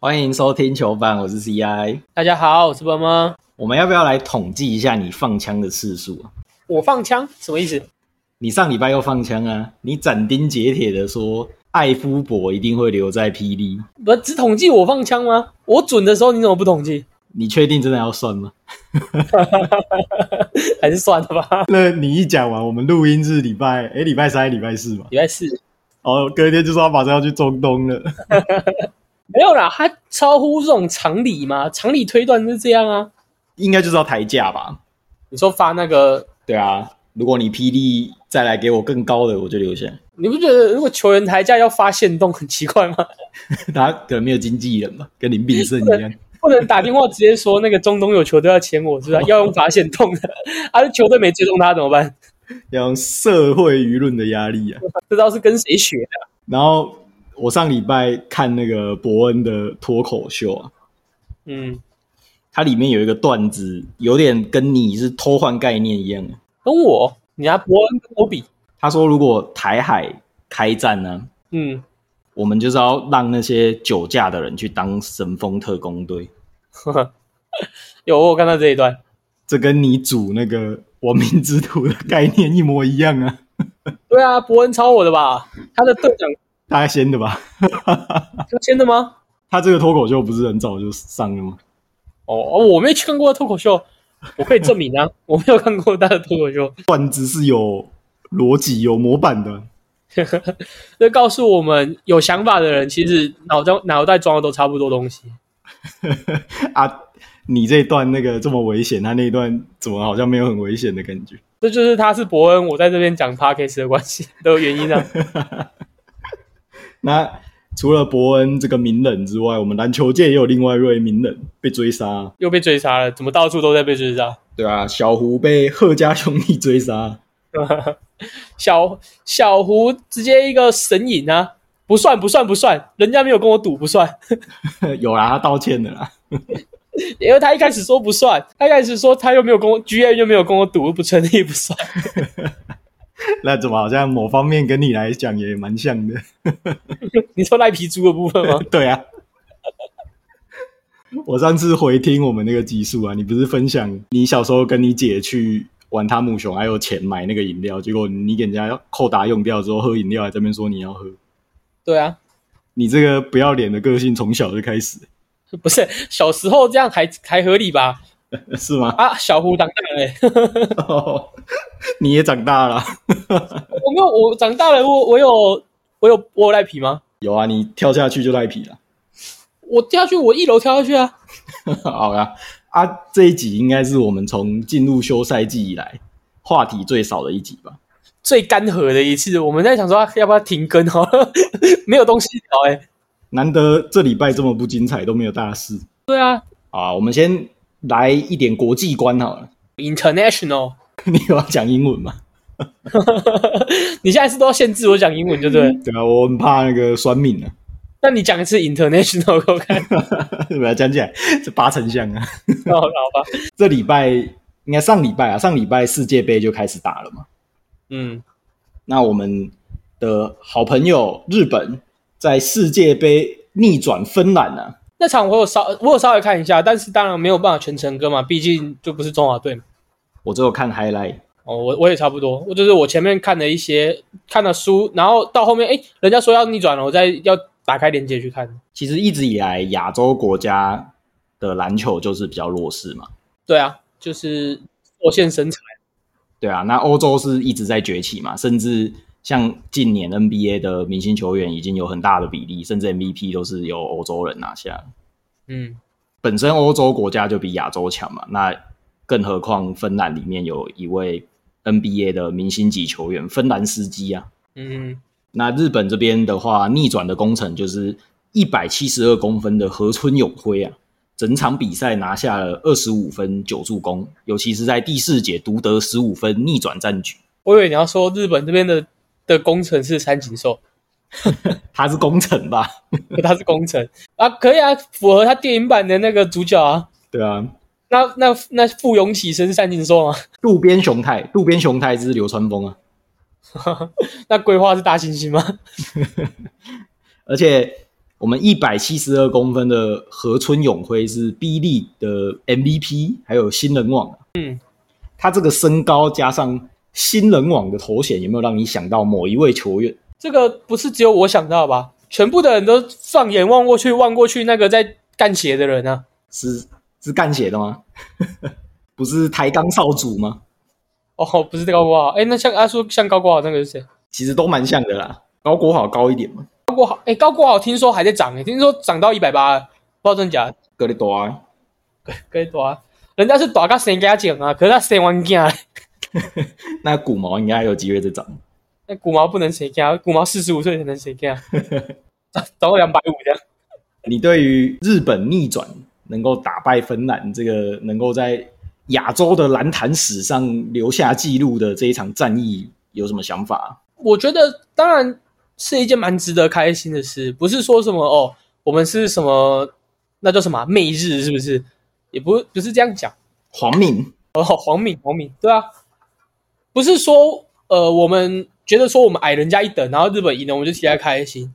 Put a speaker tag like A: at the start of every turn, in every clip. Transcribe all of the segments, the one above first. A: 欢迎收听球板，我是 CI。
B: 大家好，我是波波。
A: 我们要不要来统计一下你放枪的次数啊？
B: 我放枪什么意思？
A: 你上礼拜又放枪啊？你斩钉截铁的说艾夫伯一定会留在霹雳，
B: 不是只统计我放枪吗？我准的时候你怎么不统计？
A: 你确定真的要算吗？
B: 还是算了吧。
A: 那你一讲完，我们录音是礼拜诶，礼拜三、礼拜四嘛。
B: 礼拜四
A: 哦，隔天就说他马上要去中东了。
B: 没有啦，他超乎这种常理嘛，常理推断是这样啊。
A: 应该就是要抬价吧？
B: 你说发那个，
A: 对啊，如果你霹雳再来给我更高的，我就留下。
B: 你不觉得如果球员抬价要发现动很奇怪吗？
A: 他可能没有经纪人吧，跟林炳胜一样。
B: 不能打电话直接说那个中东有球队要签我，是吧？ 要用发现动的，啊，球队没追踪他怎么办？
A: 要 用社会舆论的压力啊。
B: 这招是跟谁学的？
A: 然后我上礼拜看那个伯恩的脱口秀啊，
B: 嗯，
A: 它里面有一个段子，有点跟你是偷换概念一样的。
B: 跟我，你拿伯恩跟我比，
A: 他说，如果台海开战呢、
B: 嗯，
A: 我们就是要让那些酒驾的人去当神风特工队，
B: 有我有看到这一段。
A: 这跟你组那个亡命之徒的概念一模一样啊。
B: 对啊，伯恩超我的吧？他的队长
A: 他先的吧？
B: 他签的吗？
A: 他这个脱口秀不是很早就上了吗？
B: 哦哦，我没去看过他脱口秀，我可以证明啊， 我没有看过他的脱口秀。
A: 段子是有逻辑、有模板的。
B: 这告诉我们，有想法的人其实脑袋脑袋装的都差不多东西。
A: 啊，你这段那个这么危险，他那一段怎么好像没有很危险的感觉？
B: 这就是他是伯恩，我在这边讲 p a r k e s 的关系的原因啊。
A: 那除了伯恩这个名人之外，我们篮球界也有另外一位名人被追杀，
B: 又被追杀了，怎么到处都在被追杀？
A: 对啊，小胡被贺家兄弟追杀，
B: 小小胡直接一个神隐啊！不算不算不算，人家没有跟我赌不算。
A: 有啦，他道歉的啦。
B: 因为他一开始说不算，他一开始说他又没有跟我 GM 又没有跟我赌，不成立不算。
A: 那怎么好像某方面跟你来讲也蛮像的？
B: 你说赖皮猪的部分吗？
A: 对啊。我上次回听我们那个集数啊，你不是分享你小时候跟你姐去玩汤姆熊，还有钱买那个饮料，结果你给人家扣打用掉之后喝饮料，还这边说你要喝，
B: 对啊，
A: 你这个不要脸的个性从小就开始，
B: 不是小时候这样还还合理吧？
A: 是 吗？
B: 啊，小胡长大了欸、
A: 哦，你也长大了，
B: 我没有，我长大了，我我有我有我有赖皮吗？
A: 有啊，你跳下去就赖皮了。
B: 我跳下去，我一楼跳下去啊！
A: 好啦，啊，这一集应该是我们从进入休赛季以来话题最少的一集吧？
B: 最干涸的一次，我们在想说啊要不要停更好了， 没有东西聊哎、
A: 难得这礼拜这么不精彩，都没有大事
B: 对啊
A: 啊。我们先来一点国际观好了。
B: ，international，
A: 你有要讲英文吗？
B: 你现在是都要限制我讲英文，对不对了？
A: 对啊，我很怕那个酸敏 啊，
B: 那你讲一次 international 给我看，
A: 把它讲起来， 这八成像啊。
B: 好好吧？
A: 这礼拜应该上礼拜啊，上礼拜世界杯就开始打了嘛。
B: 嗯，
A: 那我们的好朋友日本在世界杯逆转芬兰啊，
B: 那场我有稍我有稍微看一下，但是当然没有办法全程跟嘛，毕竟就不是中华队嘛。
A: 我只有看 highlight，
B: 哦，我我也差不多，我就是我前面看了一些看了书，然后到后面哎，人家说要逆转了，我再要打开链接去看。
A: 其实一直以来亚洲国家的篮球就是比较弱势嘛，
B: 对啊，就是我现身材，
A: 对啊，那欧洲是一直在崛起嘛，甚至像近年 NBA 的明星球员已经有很大的比例，甚至 MVP 都是由欧洲人拿下。
B: 嗯，
A: 本身欧洲国家就比亚洲强嘛，那更何况芬兰里面有一位 NBA 的明星级球员芬兰斯基啊，
B: 嗯，
A: 那日本这边的话，逆转的工程就是一百七十二公分的河村永辉啊，整场比赛拿下了二十五分九助攻，尤其是在第四节独得十五分逆转战局。
B: 我以为你要说日本这边的的工程是三井寿，
A: 他是功臣吧？
B: 他是工程啊，可以啊，符合他电影版的那个主角啊。
A: 对啊，
B: 那那那富永启生是三井寿吗？
A: 渡边雄太，渡边雄太之流川枫啊，
B: 那规划是大猩猩吗？
A: 而且我们一百七十二公分的河村永辉是 B 力的 MVP，还有新人网。
B: 嗯，
A: 他这个身高加上新人网的头衔，有没有让你想到某一位球员？
B: 这个不是只有我想到吧？全部的人都放眼望过去，望过去那个在干鞋的人啊，
A: 是是干写的吗？ 不是抬杠少主吗？
B: 哦，不是高国豪，哎，那像阿叔像高国豪那个是谁？
A: 其实都蛮像的啦，高国好高一点嘛，
B: 高国豪，哎，高国豪听说还在涨，哎，听说涨到一百八，不知道真假的，
A: 格里多啊，
B: 可以短，人家是短到生加奖啊，可是他生完奖，
A: 那骨毛应该还有机会再长。
B: 那骨毛不能生加，骨毛四十五岁才能生加，涨到两百五这样。
A: 你对于日本逆转能够打败芬兰，这个能够在亚洲的篮坛史上留下记录的这一场战役有什么想法？
B: 我觉得当然是一件蛮值得开心的事，不是说什么哦，我们是什么那叫什么啊媚日是不是？也不不是这样讲
A: 黄敏
B: 哦，黄敏黄敏对啊，不是说呃我们觉得说我们矮人家一等，然后日本赢了我们就替他开心，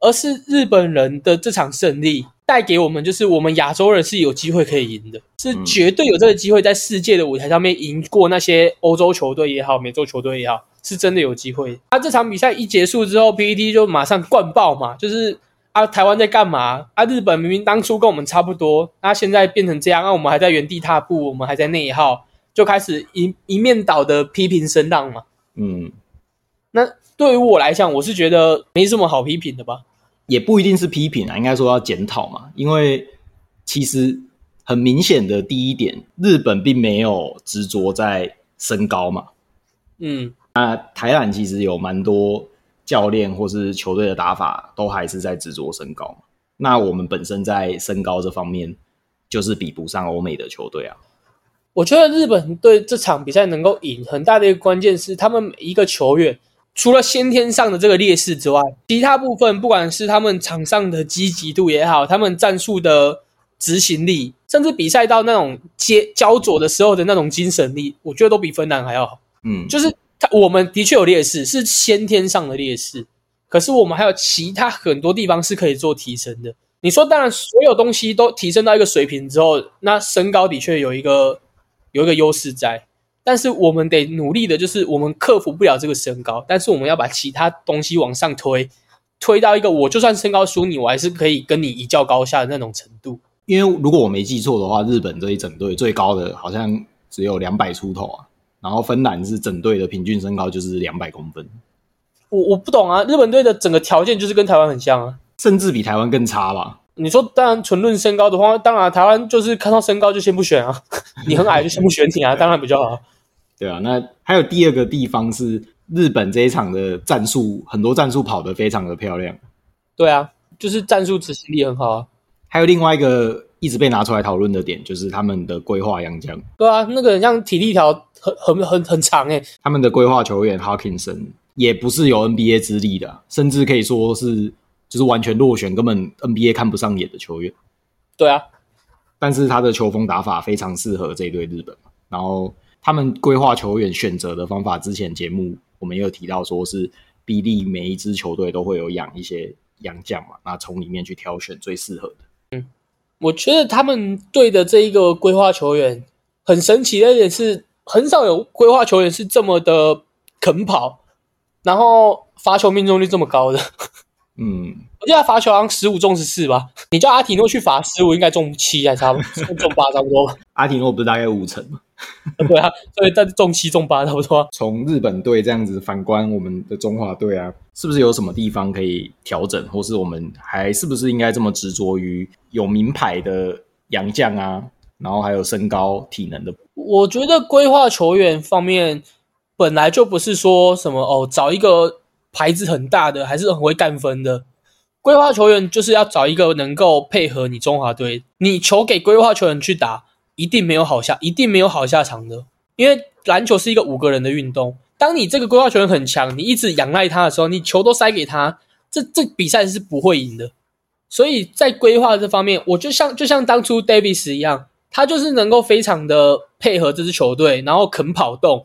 B: 而是日本人的这场胜利带给我们就是我们亚洲人是有机会可以赢的，是
A: 嗯
B: 绝对有这个机会在世界的舞台上面赢过那些欧洲球队也好，美洲球队也好，是真的有机会。他、这场比赛一结束之后，PPT 就马上灌爆嘛，就是啊台湾在干嘛？啊日本明明当初跟我们差不多，那、现在变成这样，那、啊我们还在原地踏步，我们还在内耗，就开始一一面倒的批评声浪嘛。
A: 嗯，
B: 那对于我来讲，我是觉得没什么好批评的吧。
A: 也不一定是批评啊，应该说要检讨嘛。因为其实很明显的第一点，日本并没有执着在身高嘛。
B: 嗯，
A: 那台篮其实有蛮多教练或是球队的打法都还是在执着身高嘛。那我们本身在身高这方面就是比不上欧美的球队啊。
B: 我觉得日本队这场比赛能够赢，很大的一个关键是他们每一个球员，除了先天上的这个劣势之外，其他部分不管是他们场上的积极度也好，他们战术的执行力，甚至比赛到那种接焦灼的时候的那种精神力，我觉得都比芬兰还要好。
A: 嗯，
B: 就是他我们的确有劣势，是先天上的劣势，可是我们还有其他很多地方是可以做提升的。你说，当然所有东西都提升到一个水平之后，那身高的确有一个有一个优势在，但是我们得努力的就是我们克服不了这个身高，但是我们要把其他东西往上推，推到一个我就算身高输你，我还是可以跟你一较高下的那种程度。
A: 因为如果我没记错的话，日本这一整队最高的好像只有两百出头啊，然后芬兰是整队的平均身高就是两百公分，
B: 我我不懂啊，日本队的整个条件就是跟台湾很像啊。
A: 甚至比台湾更差吧。
B: 你说，当然纯论身高的话，当然台湾就是看到身高就先不选啊， 你很矮就先不选你啊，当然比较好。
A: 对啊，那还有第二个地方是日本这一场的战术，很多战术跑得非常的漂亮。
B: 对啊，就是战术执行力很好啊。
A: 还有另外一个一直被拿出来讨论的点，就是他们的规划洋将，
B: 对啊，那个人像体力条很很很很长欸诶、
A: 他们的规划球员 Hawkinson 也不是有 NBA 资历的啊、甚至可以说是就是完全落选，根本 NBA 看不上眼的球员。
B: 对啊，
A: 但是他的球风打法非常适合这队日本嘛。然后他们规划球员选择的方法，之前节目我们也有提到，说是比利每一支球队都会有养一些洋将嘛，那从里面去挑选最适合的。
B: 我觉得他们队的这一个规划球员很神奇的一点是，很少有规划球员是这么的肯跑，然后罚球命中率这么高的。
A: 嗯，
B: 我记得他罚球好像十五中十四吧，你叫阿提诺去罚十五，应该中七还差不多，中八差不多吧。
A: 阿提诺不是大概五成嘛？
B: 对啊，所以但是中七中八差不多啊。
A: 从日本队这样子反观我们的中华队啊，是不是有什么地方可以调整，或是我们还是不是应该这么执着于有名牌的洋将啊，然后还有身高体能的？
B: 我觉得规划球员方面本来就不是说什么哦，找一个牌子很大的，还是很会干分的。规划球员就是要找一个能够配合你中华队，你球给规划球员去打，一定没有好下，一定没有好下场的。因为篮球是一个五个人的运动，当你这个规划球员很强，你一直仰赖他的时候，你球都塞给他，这这比赛是不会赢的。所以在规划这方面，我就像就像当初 Davis 一样，他就是能够非常的配合这支球队，然后肯跑动，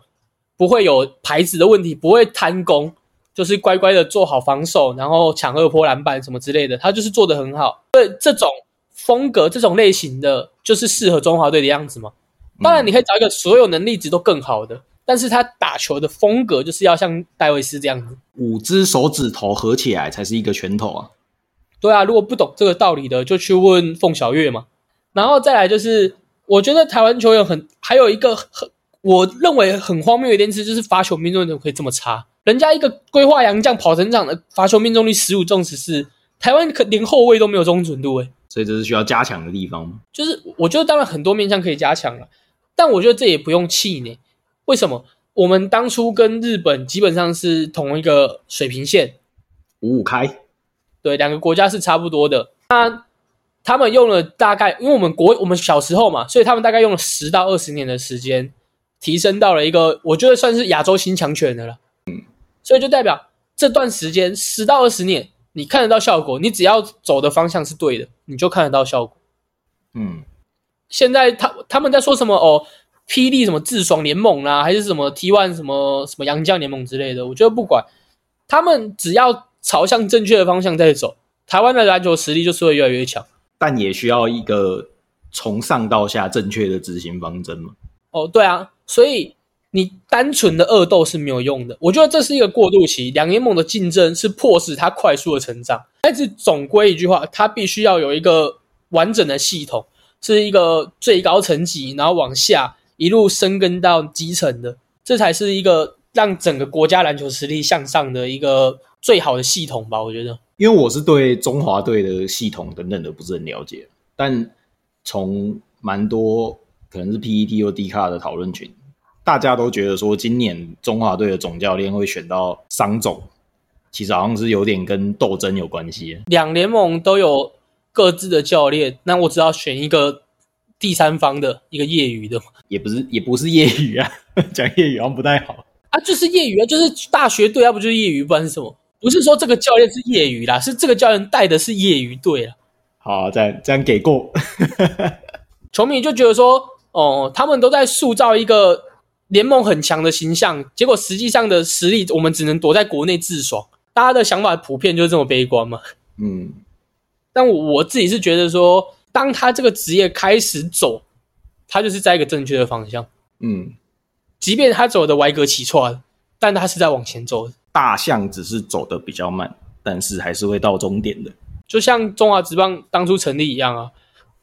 B: 不会有牌子的问题，不会贪功。就是乖乖的做好防守，然后抢二波篮板什么之类的，他就是做的很好。对这种风格、这种类型的，就是适合中华队的样子嘛。
A: 嗯
B: 当然，你可以找一个所有能力值都更好的，但是他打球的风格就是要像戴维斯这样子。
A: 五只手指头合起来才是一个拳头啊。
B: 对啊，如果不懂这个道理的，就去问凤小岳嘛。然后再来就是，我觉得台湾球员很还有一个很我认为很荒谬的一件事，就是罚球命中率怎么可以这么差？人家一个规划洋将跑成长的罚球命中率十五中十四，台湾可连后卫都没有中准度诶、
A: 所以这是需要加强的地方。
B: 就是我觉得当然很多面向可以加强了，但我觉得这也不用气馁。为什么？我们当初跟日本基本上是同一个水平线，
A: 五五开，
B: 对，两个国家是差不多的。那他们用了大概，因为我们国我们小时候嘛，所以他们大概用了十到二十年的时间，提升到了一个我觉得算是亚洲新强权的了。嗯，所以就代表这段时间十到二十年，你看得到效果，你只要走的方向是对的，你就看得到效果。
A: 嗯，
B: 现在他他们在说什么哦，霹雳什么智爽联盟啦、还是什么 T One 什么什么洋将联盟之类的，我觉得不管，他们只要朝向正确的方向在走，台湾的篮球实力就是会越来越强。
A: 但也需要一个从上到下正确的执行方针嘛。
B: 哦，对啊，所以你单纯的恶斗是没有用的。我觉得这是一个过渡期，两联盟的竞争是迫使他快速的成长，但是总归一句话，他必须要有一个完整的系统，是一个最高层级，然后往下一路深根到基层的，这才是一个让整个国家篮球实力向上的一个最好的系统吧。我觉得，
A: 因为我是对中华队的系统等等的不是很了解，但从蛮多可能是 PET 或 D 卡的讨论群，大家都觉得说今年中华队的总教练会选到商总，其实好像是有点跟斗争有关系。
B: 两联盟都有各自的教练，那我只要选一个第三方的一个业余的嘛。
A: 也不是也不是业余啊， 讲业余好像不太好。
B: 啊，就是业余啊，就是大学队，要不就是业余，不然是什么？不是说这个教练是业余啦，是这个教练带的是业余队啦。
A: 好、这样这样给过，
B: 球迷就觉得说，哦，他们都在塑造一个联盟很强的形象，结果实际上的实力，我们只能躲在国内自爽。大家的想法普遍就是这么悲观嘛。
A: 嗯，
B: 但我我自己是觉得说，当他这个职业开始走，他就是在一个正确的方向，
A: 嗯，
B: 即便他走的歪哥起错，但他是在往前走的。
A: 大象只是走的比较慢，但是还是会到终点的。
B: 就像中华职棒当初成立一样啊。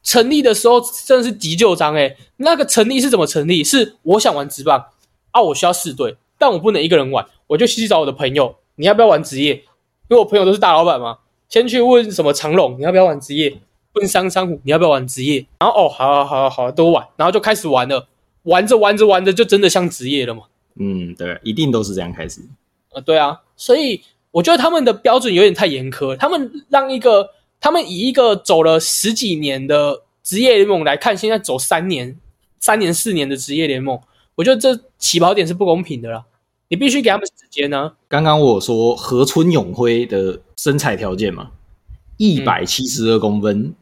B: 成立的时候真的是急救章诶、那个成立是怎么成立？是我想玩职棒啊，我需要四队，但我不能一个人玩，我就先去找我的朋友，你要不要玩职业？因为我朋友都是大老板嘛，先去问什么长龙，你要不要玩职业？问商商虎，你要不要玩职业？然后哦，好好好好好，都玩，然后就开始玩了，玩着玩着玩着就真的像职业了嘛。
A: 嗯，对，一定都是这样开始。
B: 呃，对啊，所以我觉得他们的标准有点太严苛，他们让一个他们以一个走了十几年的职业联盟来看，现在走三年、三年四年的职业联盟，我觉得这起跑点是不公平的啦。你必须给他们时间啊呢、
A: 刚刚我有说河村永辉的身材条件嘛，一百七十二公分、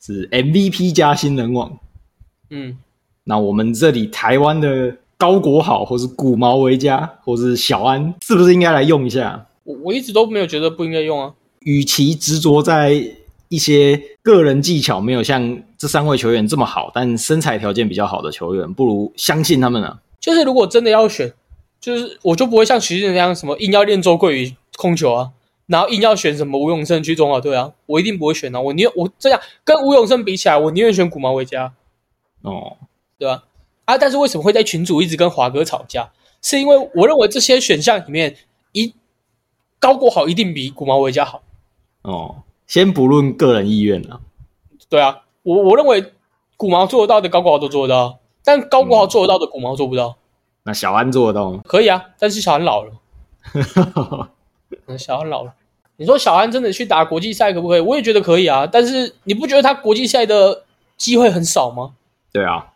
A: 是 MVP 加新人王。
B: 嗯，
A: 那我们这里台湾的高国好，或是古毛维佳，或是小安，是不是应该来用一下？
B: 我我一直都没有觉得不应该用啊。
A: 与其执着在一些个人技巧没有像这三位球员这么好，但身材条件比较好的球员，不如相信他们啊。
B: 就是如果真的要选，就是我就不会像徐静那样什么硬要练周桂宇控球啊，然后硬要选什么吴永胜去中华队啊，我一定不会选啊。我宁我这样跟吴永胜比起来，我宁愿选古毛维啊佳。
A: 哦，
B: 对吧、啊？但是为什么会在群主一直跟华哥吵架？是因为我认为这些选项里面，一高国豪一定比古毛维加好，
A: 哦，先不论个人意愿了，
B: 对啊，我我认为古毛做得到的高国豪都做得到，但高国豪做得到的古毛做不到，
A: 那小安做得到吗？
B: 可以啊，但是小安老了，嗯小安老了。你说小安真的去打国际赛可不可以？我也觉得可以啊，但是你不觉得他国际赛的机会很少吗？
A: 对啊，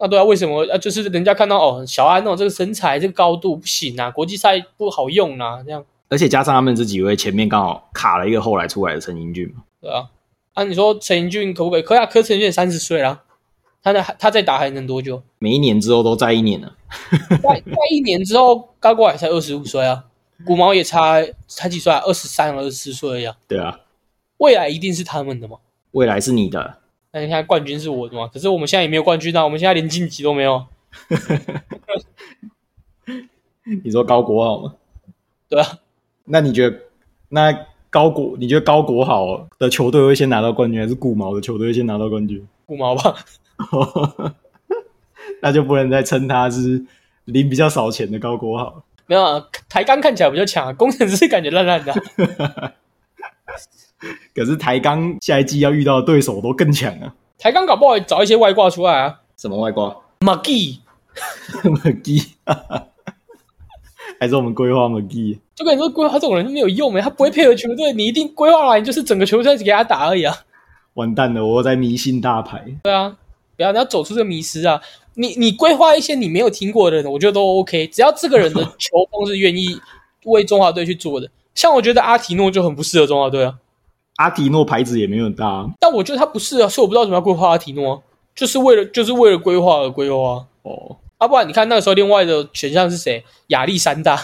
B: 那对啊，为什么啊？就是人家看到哦，小安哦，这个身材、这个高度不行啊，国际赛不好用啊，这样
A: 而且加上他们这几位前面刚好卡了一个后来出来的陈英俊嘛，
B: 对啊。啊，你说陈英俊可不可以？可以啊，可是陈英俊三十岁啦，他的他再打还能多久？
A: 每一年之后都在一年了。
B: 在在一年之后，高国海才二十五岁啊，古毛也差才几岁啊？二十三、二十四岁呀、
A: 对啊，
B: 未来一定是他们的嘛？
A: 未来是你的，
B: 那你看冠军是我的嘛？可是我们现在也没有冠军啊，我们现在连晋级都没有。
A: 你说高国好吗？
B: 对啊，
A: 那你觉得那高国，你觉得高国好的球队会先拿到冠军，还是顾毛的球队会先拿到冠军？
B: 古毛吧，
A: 那就不能再称他是领比较少钱的高国好了。
B: 没有啊，台钢看起来比较强、啊，工程师感觉烂烂的啊、
A: 可是台钢下一季要遇到的对手都更强啊！
B: 台钢搞不好也找一些外挂出来啊。
A: 什么外挂？
B: McGee，
A: McGee，还是我们规划 McGee？
B: 就跟你说，规划这种人就没有用没、欸他不会配合球队，你一定规划来，你就是整个球队给他打而已啊。
A: 完蛋了，我又在迷信大牌。
B: 对啊，不要你要走出这个迷失啊！你你规划一些你没有听过的人，我觉得都 OK，只要这个人的球风是愿意为中华队去做的。像我觉得阿提诺就很不适合中华队啊，
A: 阿提诺牌子也没有很大啊
B: 但我觉得他不适合，所以我不知道为什么要规划阿提诺啊、就是为了就是为了规划而规划啊。
A: 哦，
B: 啊，不然你看那个时候另外的选项是谁？亚历山大，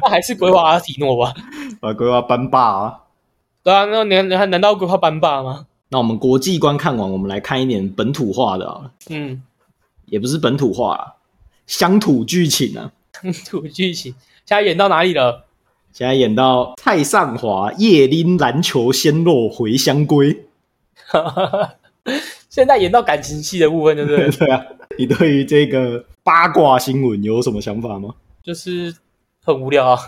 B: 那还是规划阿提诺吧？
A: 把规划哦班霸啊。
B: 对啊，那你你还难道规划班霸吗？
A: 那我们国际观看完，我们来看一点本土化的好了，
B: 嗯，
A: 也不是本土化啊，乡土剧情啊。
B: 土剧情现在演到哪里了？
A: 现在演到蔡尚华夜拎篮球仙肉回乡归。
B: 现在演到感情戏的部分，对不对？
A: 对啊，你对于这个八卦新闻有什么想法吗？
B: 就是很无聊啊。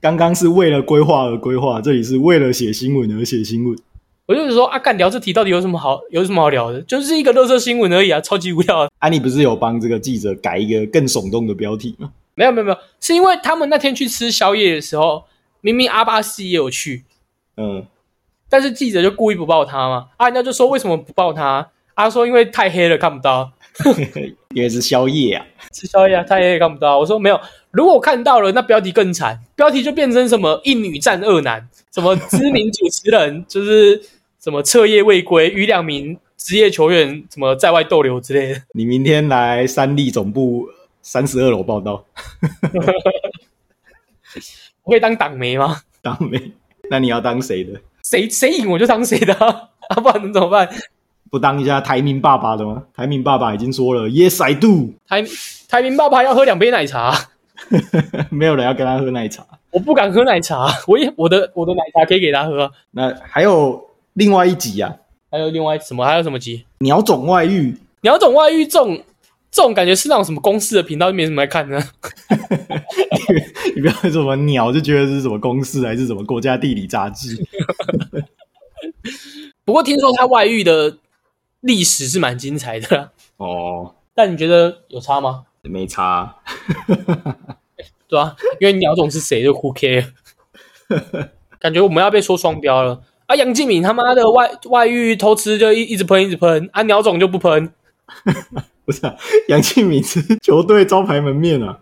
A: 刚刚是为了规划而规划，这里是为了写新闻而写新闻。
B: 我就是说啊，干聊这题到底有什么好有什么好聊的？就是一个热色新闻而已啊，超级无聊啊。
A: 啊，你不是有帮这个记者改一个更耸动的标题吗？
B: 没有没有没有，是因为他们那天去吃宵夜的时候，明明阿巴西也有去，
A: 嗯，
B: 但是记者就故意不报他嘛。啊，人家就说为什么不报他？啊，说因为太黑了看不到，
A: 因为是宵夜啊，
B: 吃宵夜啊，太黑了看不到。我说没有，如果看到了，那标题更惨，标题就变成什么一女战二男，什么知名主持人 就是什么彻夜未归，与两名职业球员什么在外逗留之类的。
A: 你明天来三立总部三十二楼报道，
B: 我可以当党媒吗？
A: 当没？那你要当谁的？
B: 谁谁赢我就当谁的啊， 啊不然能怎么办？
A: 不当一下台民爸爸的吗？台民爸爸已经说了，Yes I do，
B: 台台民爸爸要喝两杯奶茶，啊
A: 没有人要跟他喝奶茶。
B: 我不敢喝奶茶，啊我也我的我的奶茶可以给他喝啊。
A: 那还有另外一集啊，
B: 还有另外什么还有什么集？
A: 鸟种外遇，
B: 鸟总外遇这种这种感觉是那种什么公司的频道，就没什么来看的。
A: 你不要什么鸟就觉得是什么公司还是什么国家地理杂志。
B: 不过听说他外遇的历史是蛮精彩的啊，
A: 哦，
B: 但你觉得有差吗？
A: 没差，
B: 对啊，因为鸟总是谁就 who care，感觉我们要被说双标了。啊，杨敬敏他妈的外外遇偷吃就一一直喷一直喷，啊鸟总就不喷，
A: 不是、啊、杨敬敏是球队招牌门面啊，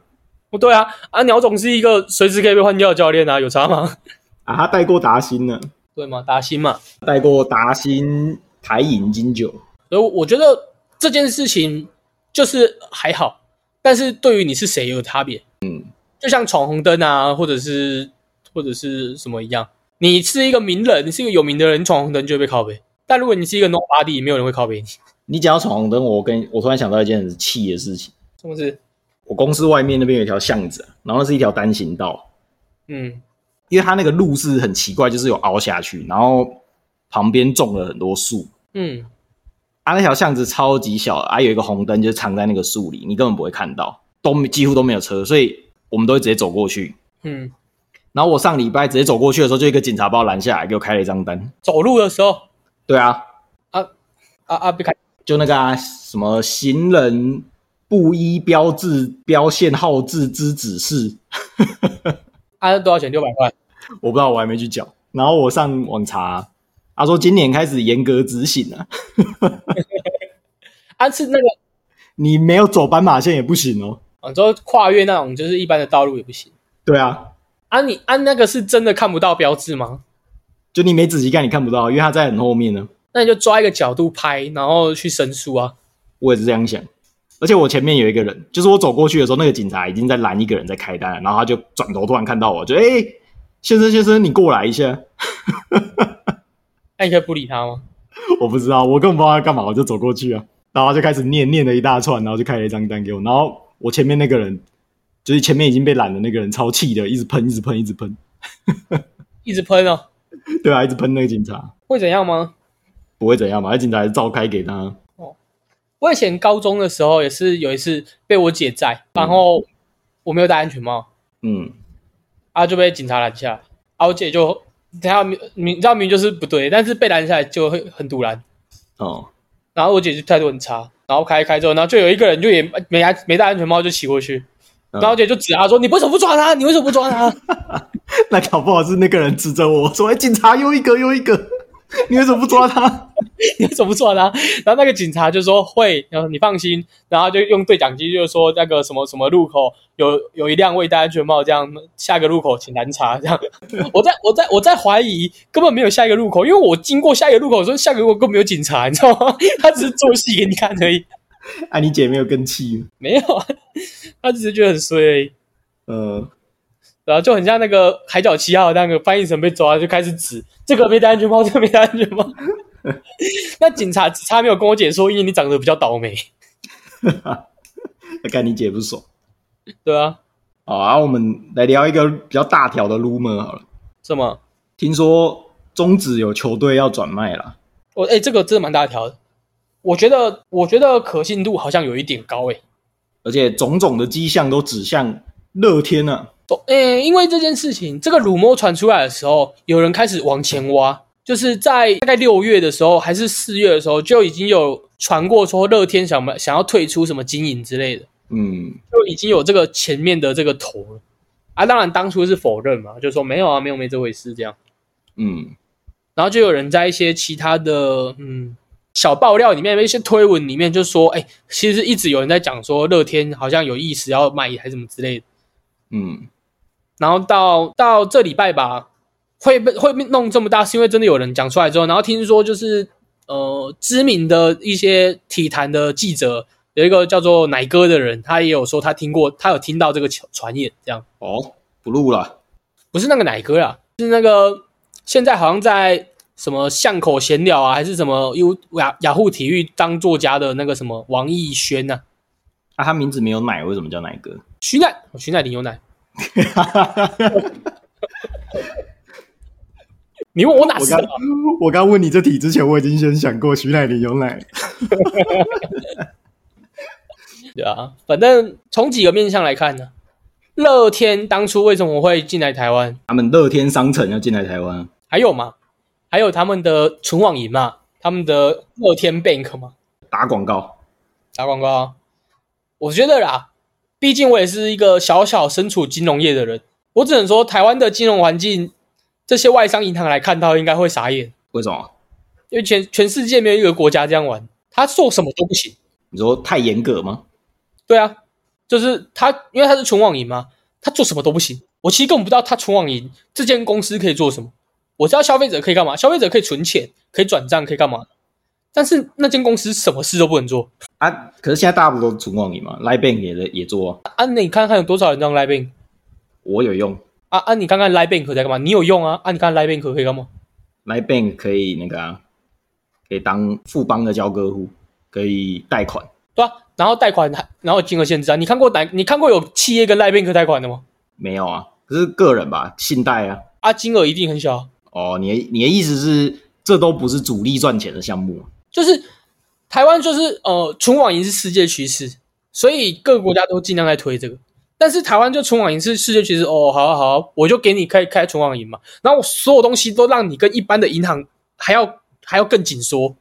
B: 不对啊，啊鸟总是一个随时可以被换掉的教练啊，有差吗？
A: 啊，他带过达新呢，
B: 对吗？达新嘛，
A: 带过达新、台银、金九，
B: 所以我觉得这件事情就是还好，但是对于你是谁有差别。嗯，就像闯红灯啊，或者是或者是什么一样，你是一个名人，你是一个有名的人，你闯红灯就会被拷贝。但如果你是一个 nobody，没有人会拷贝你，是
A: 你讲到闯红灯，我跟我突然想到一件很气的事情。
B: 不是？
A: 我公司外面那边有一条巷子啊、然后那是一条单行道，
B: 嗯，
A: 因为它那个路是很奇怪，就是有凹下去，然后旁边种了很多树。
B: 嗯，
A: 啊，那条巷子超级小，啊，有一个红灯就是藏在那个树里，你根本不会看到，都几乎都没有车，所以我们都会直接走过去。
B: 嗯，
A: 然后我上礼拜直接走过去的时候，就一个警察把我拦下来，给我开了一张单。
B: 走路的时候
A: 对啊，
B: 啊啊，被开
A: 就那个啊，什么行人不依标志标线号志之指示，
B: 啊多少钱？六百块。
A: 我不知道，我还没去缴。然后我上网查，他说今年开始严格执行了、啊，
B: 啊是那个，
A: 你没有走斑马线也不行哦。
B: 啊，之后跨越那种就是一般的道路也不行。
A: 对啊，
B: 啊你啊那个是真的看不到标志吗？
A: 就你没仔细看，你看不到，因为他在很后面呢。
B: 那你就抓一个角度拍，然后去申诉啊。
A: 我也是这样想。而且我前面有一个人，就是我走过去的时候，那个警察已经在拦一个人在开单了，然后他就转头突然看到我，就哎、欸，先生先生，你过来一下。
B: 那你可以不理他吗？
A: 我不知道，我根本不知道他干嘛，我就走过去啊，然后他就开始念念了一大串，然后就开了一张单给我，然后我前面那个人，就是前面已经被拦的那个人，超气的，一直喷，一直喷，一直喷，
B: 一直喷哦，
A: 对啊，一直喷那个警察，
B: 会怎样吗？
A: 不会怎样嘛，那警察还是照开给他，
B: 我以前高中的时候也是有一次被我姐载，然后我没有戴安全帽，
A: 嗯，
B: 啊就被警察拦下来，啊我姐就等下明明知道明明就是不对，但是被拦下来就会很堵拦，
A: 哦，
B: 然后我姐就态度很差，然后开一开之后，然后就有一个人就也没安没戴安全帽就骑过去，
A: 嗯
B: 然后我姐就指他说你为什么不抓他？你为什么不抓他？
A: 那搞不好是那个人指着我说，哎、警察又一个又一个， 你为什么不抓他？
B: 你为什么不抓他？然后那个警察就说会，然后你放心，然后就用对讲机就说那个什么什么路口有有一辆未戴安全帽，这样下个路口请拦查这样。 我在我在我在怀疑根本没有下一个路口，因为我经过下一个路口的时候，下个路口根本没有警察，你知道吗？ 他只是做戏给你看而已，
A: 哎、你姐没有更气吗，
B: 没有，啊，他只是觉得很衰而已。
A: 呃，
B: 然后就很像那个《海角七号》那个翻译成被抓，就开始指这个没戴安全帽，这个没戴安全帽。那警察只差没有跟我姐说，因为你长得比较倒霉，
A: 那看你姐不爽。
B: 对啊，
A: 好啊，我们来聊一个比较大条的 rumor 好了。
B: 什么？
A: 听说中职有球队要转卖啦，
B: 我哎、这个真的蛮大条的。我觉得，我觉得可信度好像有一点高哎、
A: 而且种种的迹象都指向乐天啊。
B: 走，哎、因为这件事情，这个乳摸传出来的时候，有人开始往前挖，就是在大概六月的时候，还是四月的时候，就已经有传过说乐天想买想要退出什么经营之类的，
A: 嗯，
B: 就已经有这个前面的这个头了。啊，当然当初是否认嘛，就说没有啊，没有没这回事这样。
A: 嗯，
B: 然后就有人在一些其他的嗯小爆料里面，一些推文里面就说，哎、其实一直有人在讲说乐天好像有意思要卖还是什么之类的。
A: 嗯，
B: 然后到到这礼拜吧，会被会被弄这么大，是因为真的有人讲出来之后，然后听说就是呃知名的一些体坛的记者，有一个叫做奶哥的人，他也有说他听过，他有听到这个传言，这样
A: 哦，不录了。
B: 不是那个奶哥啦，是那个现在好像在什么巷口闲聊啊，还是什么 U 雅雅虎体育当作家的那个什么王艺轩呐、啊，
A: 啊，他名字没有奶，为什么叫奶哥？
B: 徐乃徐乃麟牛奶，你问我哪
A: 我
B: 知道
A: 刚？我刚问你这题之前，我已经先想过徐乃麟有奶。
B: 对啊，反正从几个面向来看呢，乐天当初为什么会进来台湾？
A: 他们乐天商城要进来台湾，
B: 还有嘛，还有他们的存网银嘛，他们的乐天 Bank 嘛，
A: 打广告。
B: 打广告啊。我觉得啦，毕竟我也是一个小小身处金融业的人，我只能说台湾的金融环境，这些外商银行来看到应该会傻眼，
A: 为什么？
B: 因为全全世界没有一个国家这样玩，他做什么都不行。
A: 你说太严格吗？
B: 对啊，就是他，因为他是纯网银嘛，他做什么都不行。我其实根本不知道他纯网银这间公司可以做什么。我知道消费者可以干嘛，消费者可以存钱，可以转账，可以干嘛。但是那间公司什么事都不能做
A: 啊，可是现在大部分都是纯网银嘛，Line Bank 也也做、啊，
B: 啊！你看看有多少人用 Line Bank
A: 我有用
B: 啊啊！你看看 Line Bank 在干嘛？你有用啊啊！你看 Line Bank 可以干嘛？
A: ，Line Bank 可以那个啊，可以当富邦的交割户，可以贷款。
B: 对啊，然后贷款还然后有金额限制啊！你看过哪？你看过有企业跟 Line Bank 贷款的吗？
A: 没有啊，可是个人吧，信贷啊。
B: 啊，金额一定很小啊。
A: 哦，你的你的意思是，这都不是主力赚钱的项目啊？
B: 就是台湾就是呃，纯网银是世界趋势，所以各个国家都尽量在推这个。但是台湾就纯网银是世界趋势，哦，好啊好啊，我就给你开开纯网银嘛，然后我所有东西都让你跟一般的银行还要还要更紧缩，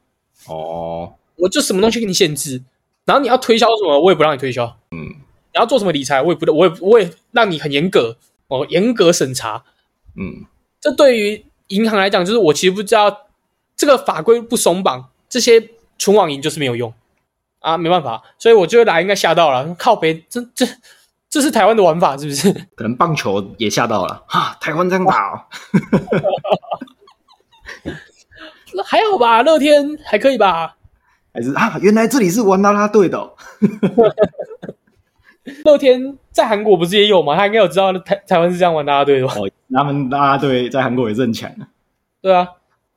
A: 哦，
B: 我就什么东西给你限制，然后你要推销什么我也不让你推销，嗯，你要做什么理财我也不我也我也让你很严格哦，严格审查，
A: 嗯，
B: 这对于银行来讲，就是我其实不知道这个法规不松绑，这些纯网银就是没有用啊，没办法，所以我就来应该吓到了，靠北，这这这是台湾的玩法是不是？
A: 可能棒球也吓到了哈，台湾这样打、哦，
B: 还好吧，乐天还可以吧，
A: 还是啊，原来这里是玩啦啦队的哦、
B: 乐天在韩国不是也有吗？他应该有知道台台湾是这样玩大家队的啊吧？
A: 哦，他们啦啦队在韩国也是很强啊。
B: 对啊，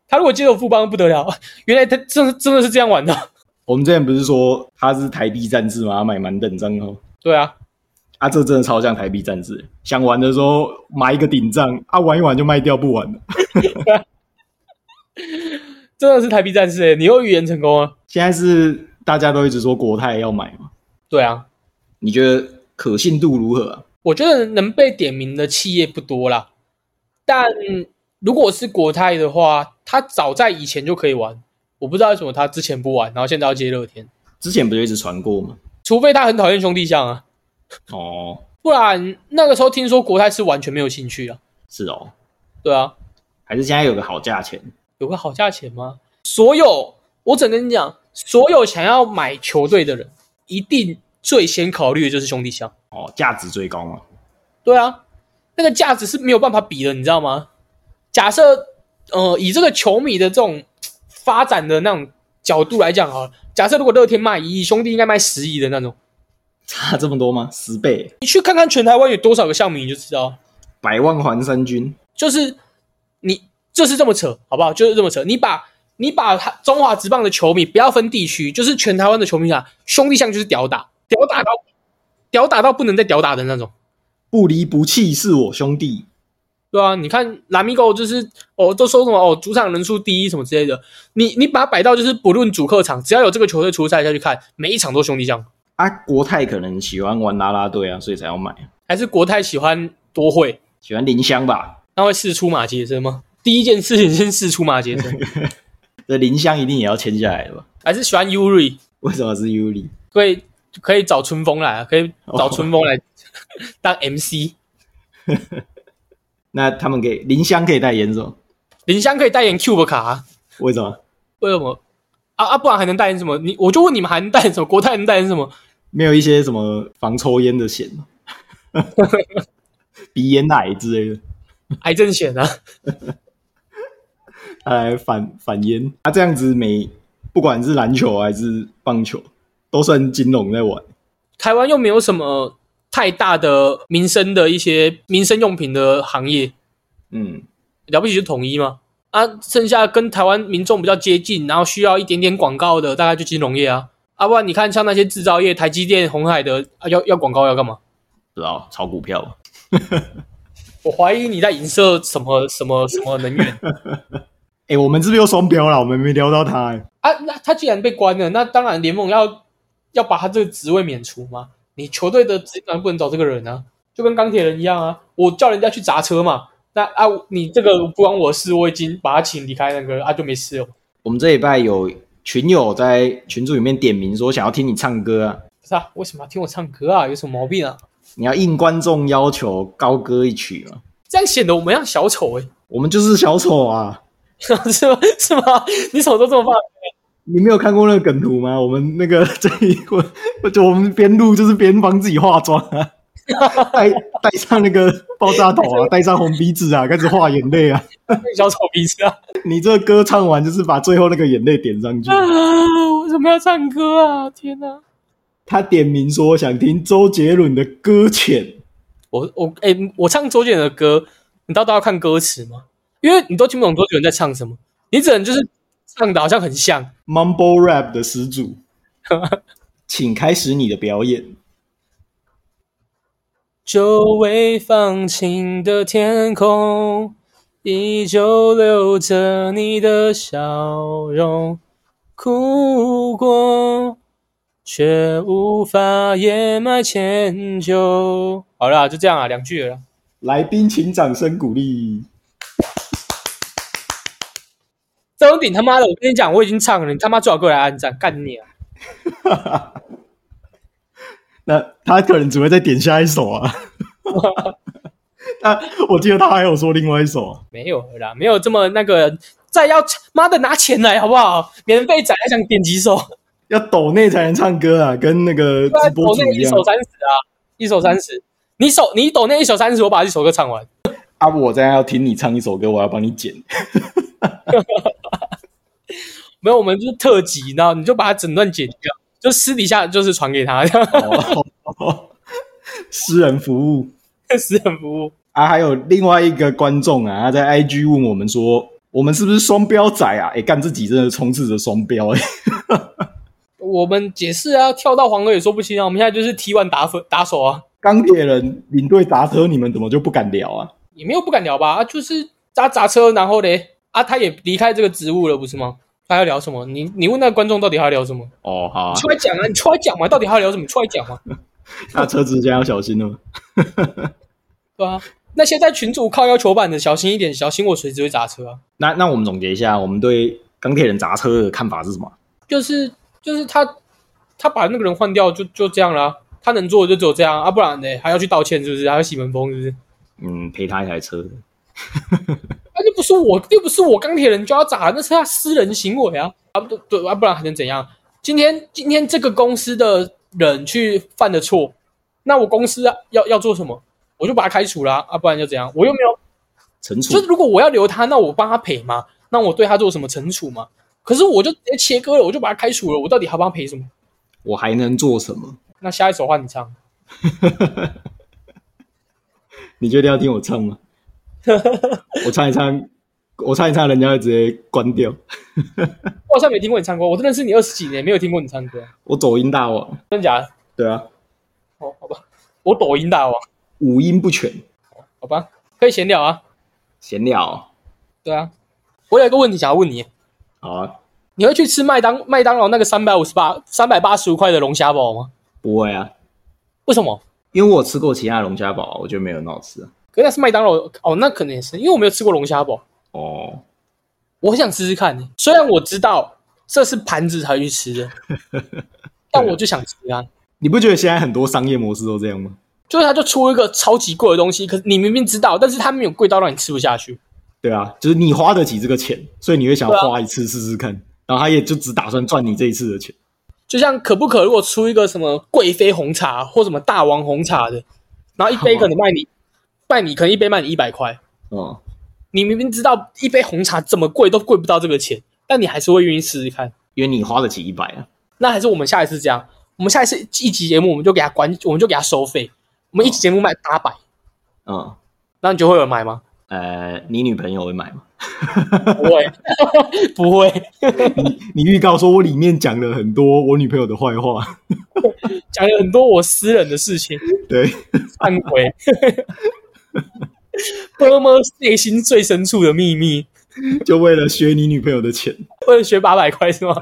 B: 他如果接手富邦不得了， 原来他真的真的是这样玩的。
A: 我们之前不是说他是台币战士吗？他买满等账号
B: 对啊，
A: 啊，这真的超像台币战士。想玩的时候买一个顶账，啊，玩一玩就卖掉不玩了。
B: 真的是台币战士、欸，你又预言成功啊！
A: 现在是大家都一直说国泰要买嘛，
B: 对啊，
A: 你觉得可信度如何、啊？
B: 我觉得能被点名的企业不多啦，但如果是国泰的话，他早在以前就可以玩，我不知道为什么他之前不玩，然后现在要接乐天，
A: 之前不就一直传过吗？
B: 除非他很讨厌兄弟象啊，
A: 哦，
B: 不然那个时候听说国泰是完全没有兴趣啊。
A: 是哦，
B: 对啊，
A: 还是现在有个好价钱？
B: 有个好价钱吗？所有，我只能跟你讲，所有想要买球队的人，一定最先考虑的就是兄弟象。
A: 哦，价值最高嘛？
B: 对啊，那个价值是没有办法比的，你知道吗？假设呃，以这个球迷的这种嘖发展的那种角度来讲好了，假设如果乐天卖一亿，兄弟应该卖十亿的那种，
A: 差这么多吗？十倍，
B: 你去看看全台湾有多少个象迷，你就知道，
A: 百万还三军，
B: 就是你就是这么扯，好不好？就是这么扯，你把。你把他中华职棒的球迷不要分地区，就是全台湾的球迷啊，兄弟象就是屌打，屌打到屌打到不能再屌打的那种。
A: 不离不弃是我兄弟。
B: 对啊，你看拉米狗就是哦，都说什么哦，主场人数第一什么之类的。你你把它摆到就是不论主客场，只要有这个球队出赛下去看，每一场都兄弟相。
A: 啊，国泰可能喜欢玩啦啦队啊，所以才要买，
B: 还是国泰喜欢多会，
A: 喜欢林香吧？
B: 那会试出马杰森吗？第一件事情先试出马杰森，
A: 这林香一定也要签下来的吧？
B: 还是喜欢 Uri，
A: 为什么是 Uri？
B: 可以可以找春风来，啊，可以找春风来当 MC。
A: 那他们给林香可以代言什么？
B: 林湘可以代言 Cube 卡、啊，
A: 为什么
B: 为什么？啊啊，不然还能代言什么？你我就问你们还能代言什么？国泰能代言什么？
A: 没有一些什么防抽烟的险吗？ 鼻炎奶之类的，
B: 癌症险啊！
A: 他来反反烟。啊，这样子每不管是篮球还是棒球，都算金融在玩。
B: 台湾又没有什么太大的民生的一些民生用品的行业，
A: 嗯，
B: 了不起就统一嘛。啊，剩下跟台湾民众比较接近，然后需要一点点广告的，大概就金融业啊。啊，不然你看像那些制造业，台积电、红海的，啊、要要广告要干嘛？
A: 不知道啊炒股票。
B: 我怀疑你在影射什么什么什么能源
A: 哎、我们是不是又双标了？我们没聊到他、欸。
B: 啊？那他既然被关了，那当然联盟要要把他这个职位免除嘛。你球队的职长不能找这个人啊，就跟钢铁人一样啊。我叫人家去砸车嘛，那啊你这个不关我事，我已经把他请离开那个啊就没事了。
A: 我们这礼拜有群友在群组里面点名说想要听你唱歌啊，
B: 不是啊，为什么要听我唱歌啊？有什么毛病啊？
A: 你要应观众要求高歌一曲嘛。
B: 这样显得我们像小丑哎、
A: 我们就是小丑啊！
B: 欸， 是吗？是吗？你什么都这么放？
A: 你没有看过那个梗图吗？我们那个 这一我我就我们边录就是边帮自己化妆啊， 戴戴上那个爆炸头啊，戴上红鼻子啊，开始画眼泪啊。
B: 小丑鼻子啊！
A: 你这个歌唱完就是把最后那个眼泪点上去。
B: 啊，为什么要唱歌啊？天哪、
A: 他点名说想听周杰伦的《搁浅》，
B: 我我哎、我唱周杰伦的歌，你到底要看歌词吗？因为你都听不懂周杰伦在唱什么，你只能就是唱的好像很像。
A: Mumble Rap 的始祖， 请开始你的表演。
B: 久未放晴的天空，依旧留着你的笑容。哭过，却无法掩埋歉疚。好啦，就这样啊，两句了啦。
A: 来宾请掌声鼓励。
B: 这种顶他妈的，我跟你讲，我已经唱了，你他妈最好给我来按赞，干你啊！
A: 那他可能只会再点下一首啊。 那我记得他还有说另外一首啊、
B: 没有了啦，没有这么那个，再要妈的拿钱来好不好？免费仔还想点几首？
A: 要抖内才能唱歌啊，跟那个
B: 对啊，
A: 直播
B: 抖
A: 主
B: 那
A: 一
B: 一
A: 样
B: 首三十啊，一首三十，你手你抖那一首三十，我把这首歌唱完。
A: 啊！我现在要听你唱一首歌，我要帮你剪。
B: 没有，我们就是特辑，然后你就把它整段剪掉，就私底下就是传给他，
A: 哦，私人服务
B: 私人服务。
A: 啊，还有另外一个观众啊，他在 IG 问我们说，我们是不是双标仔啊？哎、干自己真的充斥着双标哎、
B: 我们解释啊，跳到黄河也说不清啊。我们现在就是 T one 打粉打手啊，
A: 钢铁人领队砸车，你们怎么就不敢聊啊？
B: 也没有不敢聊吧，啊，就是砸砸车，然后嘞，啊，他也离开这个职务了，不是吗？他要聊什么？你你问那个观众到底他要聊什么？
A: 哦，好、啊
B: 你出来讲啊，你出来讲嘛，到底他要聊什么？你出来讲嘛，
A: 那车子现在要小心了。
B: 对啊。那些在群主靠要求版的，小心一点，小心我随时会砸车啊。
A: 那那我们总结一下，我们对钢铁人砸车的看法是什么？
B: 就是就是他他把那个人换掉就就这样啦、他能做的就只有这样啊，不然呢还要去道歉是不是？还要洗门风是不是？
A: 嗯，赔他一台车。
B: 啊，又不是我，又不是我钢铁人就要砸，那是他私人行为啊啊不对啊，不然还能怎样？今天今天这个公司的人去犯的错，那我公司、啊、要要做什么？我就把他开除啦、啊，不然就怎样？我又没有
A: 惩处
B: 就是如果我要留他，那我帮他赔嘛，那我对他做什么惩处嘛？可是我就直接切割了，我就把他开除了，我到底还帮他赔什么？
A: 我还能做什么？
B: 那下一首换你唱，
A: 你觉得要听我唱 吗？我唱一唱，我唱一唱，人家会直接关掉。
B: 我好像没听过你唱歌，我真的是你二十几年没有听过你唱歌，
A: 我走音大王，
B: 真的假的？
A: 对啊，
B: 哦，好吧，我抖音大王，
A: 五音不全，
B: 好吧，可以闲聊啊，
A: 闲聊。
B: 对啊，我有一个问题想要问你，
A: 好啊，
B: 你会去吃麦当麦当劳那个三百五十八三百八十五块的龙虾堡吗？
A: 不会啊，
B: 为什么？
A: 因为我吃过其他的龙虾堡，我觉得没有很好吃啊。
B: 可是那是麦当劳哦，那可能也是因为我没有吃过龙虾堡，
A: 哦，
B: 我很想试试看、欸虽然我知道这是盘子才去吃的，但我就想吃啊。
A: 你不觉得现在很多商业模式都这样吗？
B: 就是他就出一个超级贵的东西，可是你明明知道，但是他没有贵到让你吃不下去。
A: 对啊，就是你花得起这个钱，所以你会想
B: 对啊
A: 花一次试试看，然后他也就只打算赚你这一次的钱。
B: 就像可不可如果出一个什么贵妃红茶或什么大王红茶的，然后一杯可能卖你卖你可能一杯卖你一百块，
A: 哦，
B: 你明明知道一杯红茶怎么贵都贵不到这个钱，但你还是会愿意试试看。
A: 因为你花得起一百啊。
B: 那还是我们下一次这样，我们下一次一集节目我们就给他管，我们就给他收费，我们一集节目卖八百，
A: 嗯，
B: 那你就会有人买吗？
A: 呃，你女朋友会买吗？
B: 不会， 不会。
A: 你预告说我里面讲了很多我女朋友的坏话，
B: 讲了很多我私人的事情，
A: 对，
B: 忏悔，多么 内心最深处的秘密。
A: 就为了削你女朋友的钱。
B: 为了学八百块是吗？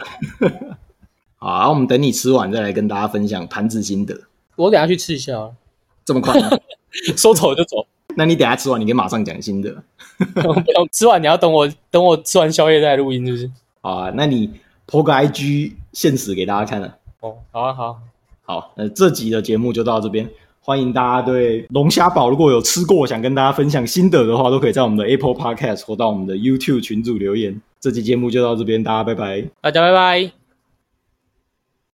A: 好啊，我们等你吃完再来跟大家分享盘子心得。
B: 我等下去吃一下 啊，
A: 这么快吗？
B: 说走就走，
A: 那你等一下吃完，你可以马上讲心得。
B: 我不用吃完你要等我，等我吃完宵夜再来录音，是不是？
A: 好啊，那你 PO 个 IG 现实给大家看了。
B: 哦，好啊，好啊
A: 好，那这集的节目就到这边。欢迎大家对龙虾堡如果有吃过，想跟大家分享心得的话，都可以在我们的 Apple Podcast 或到我们的 YouTube 群组留言。这期节目就到这边，大家拜拜。
B: 大家拜拜。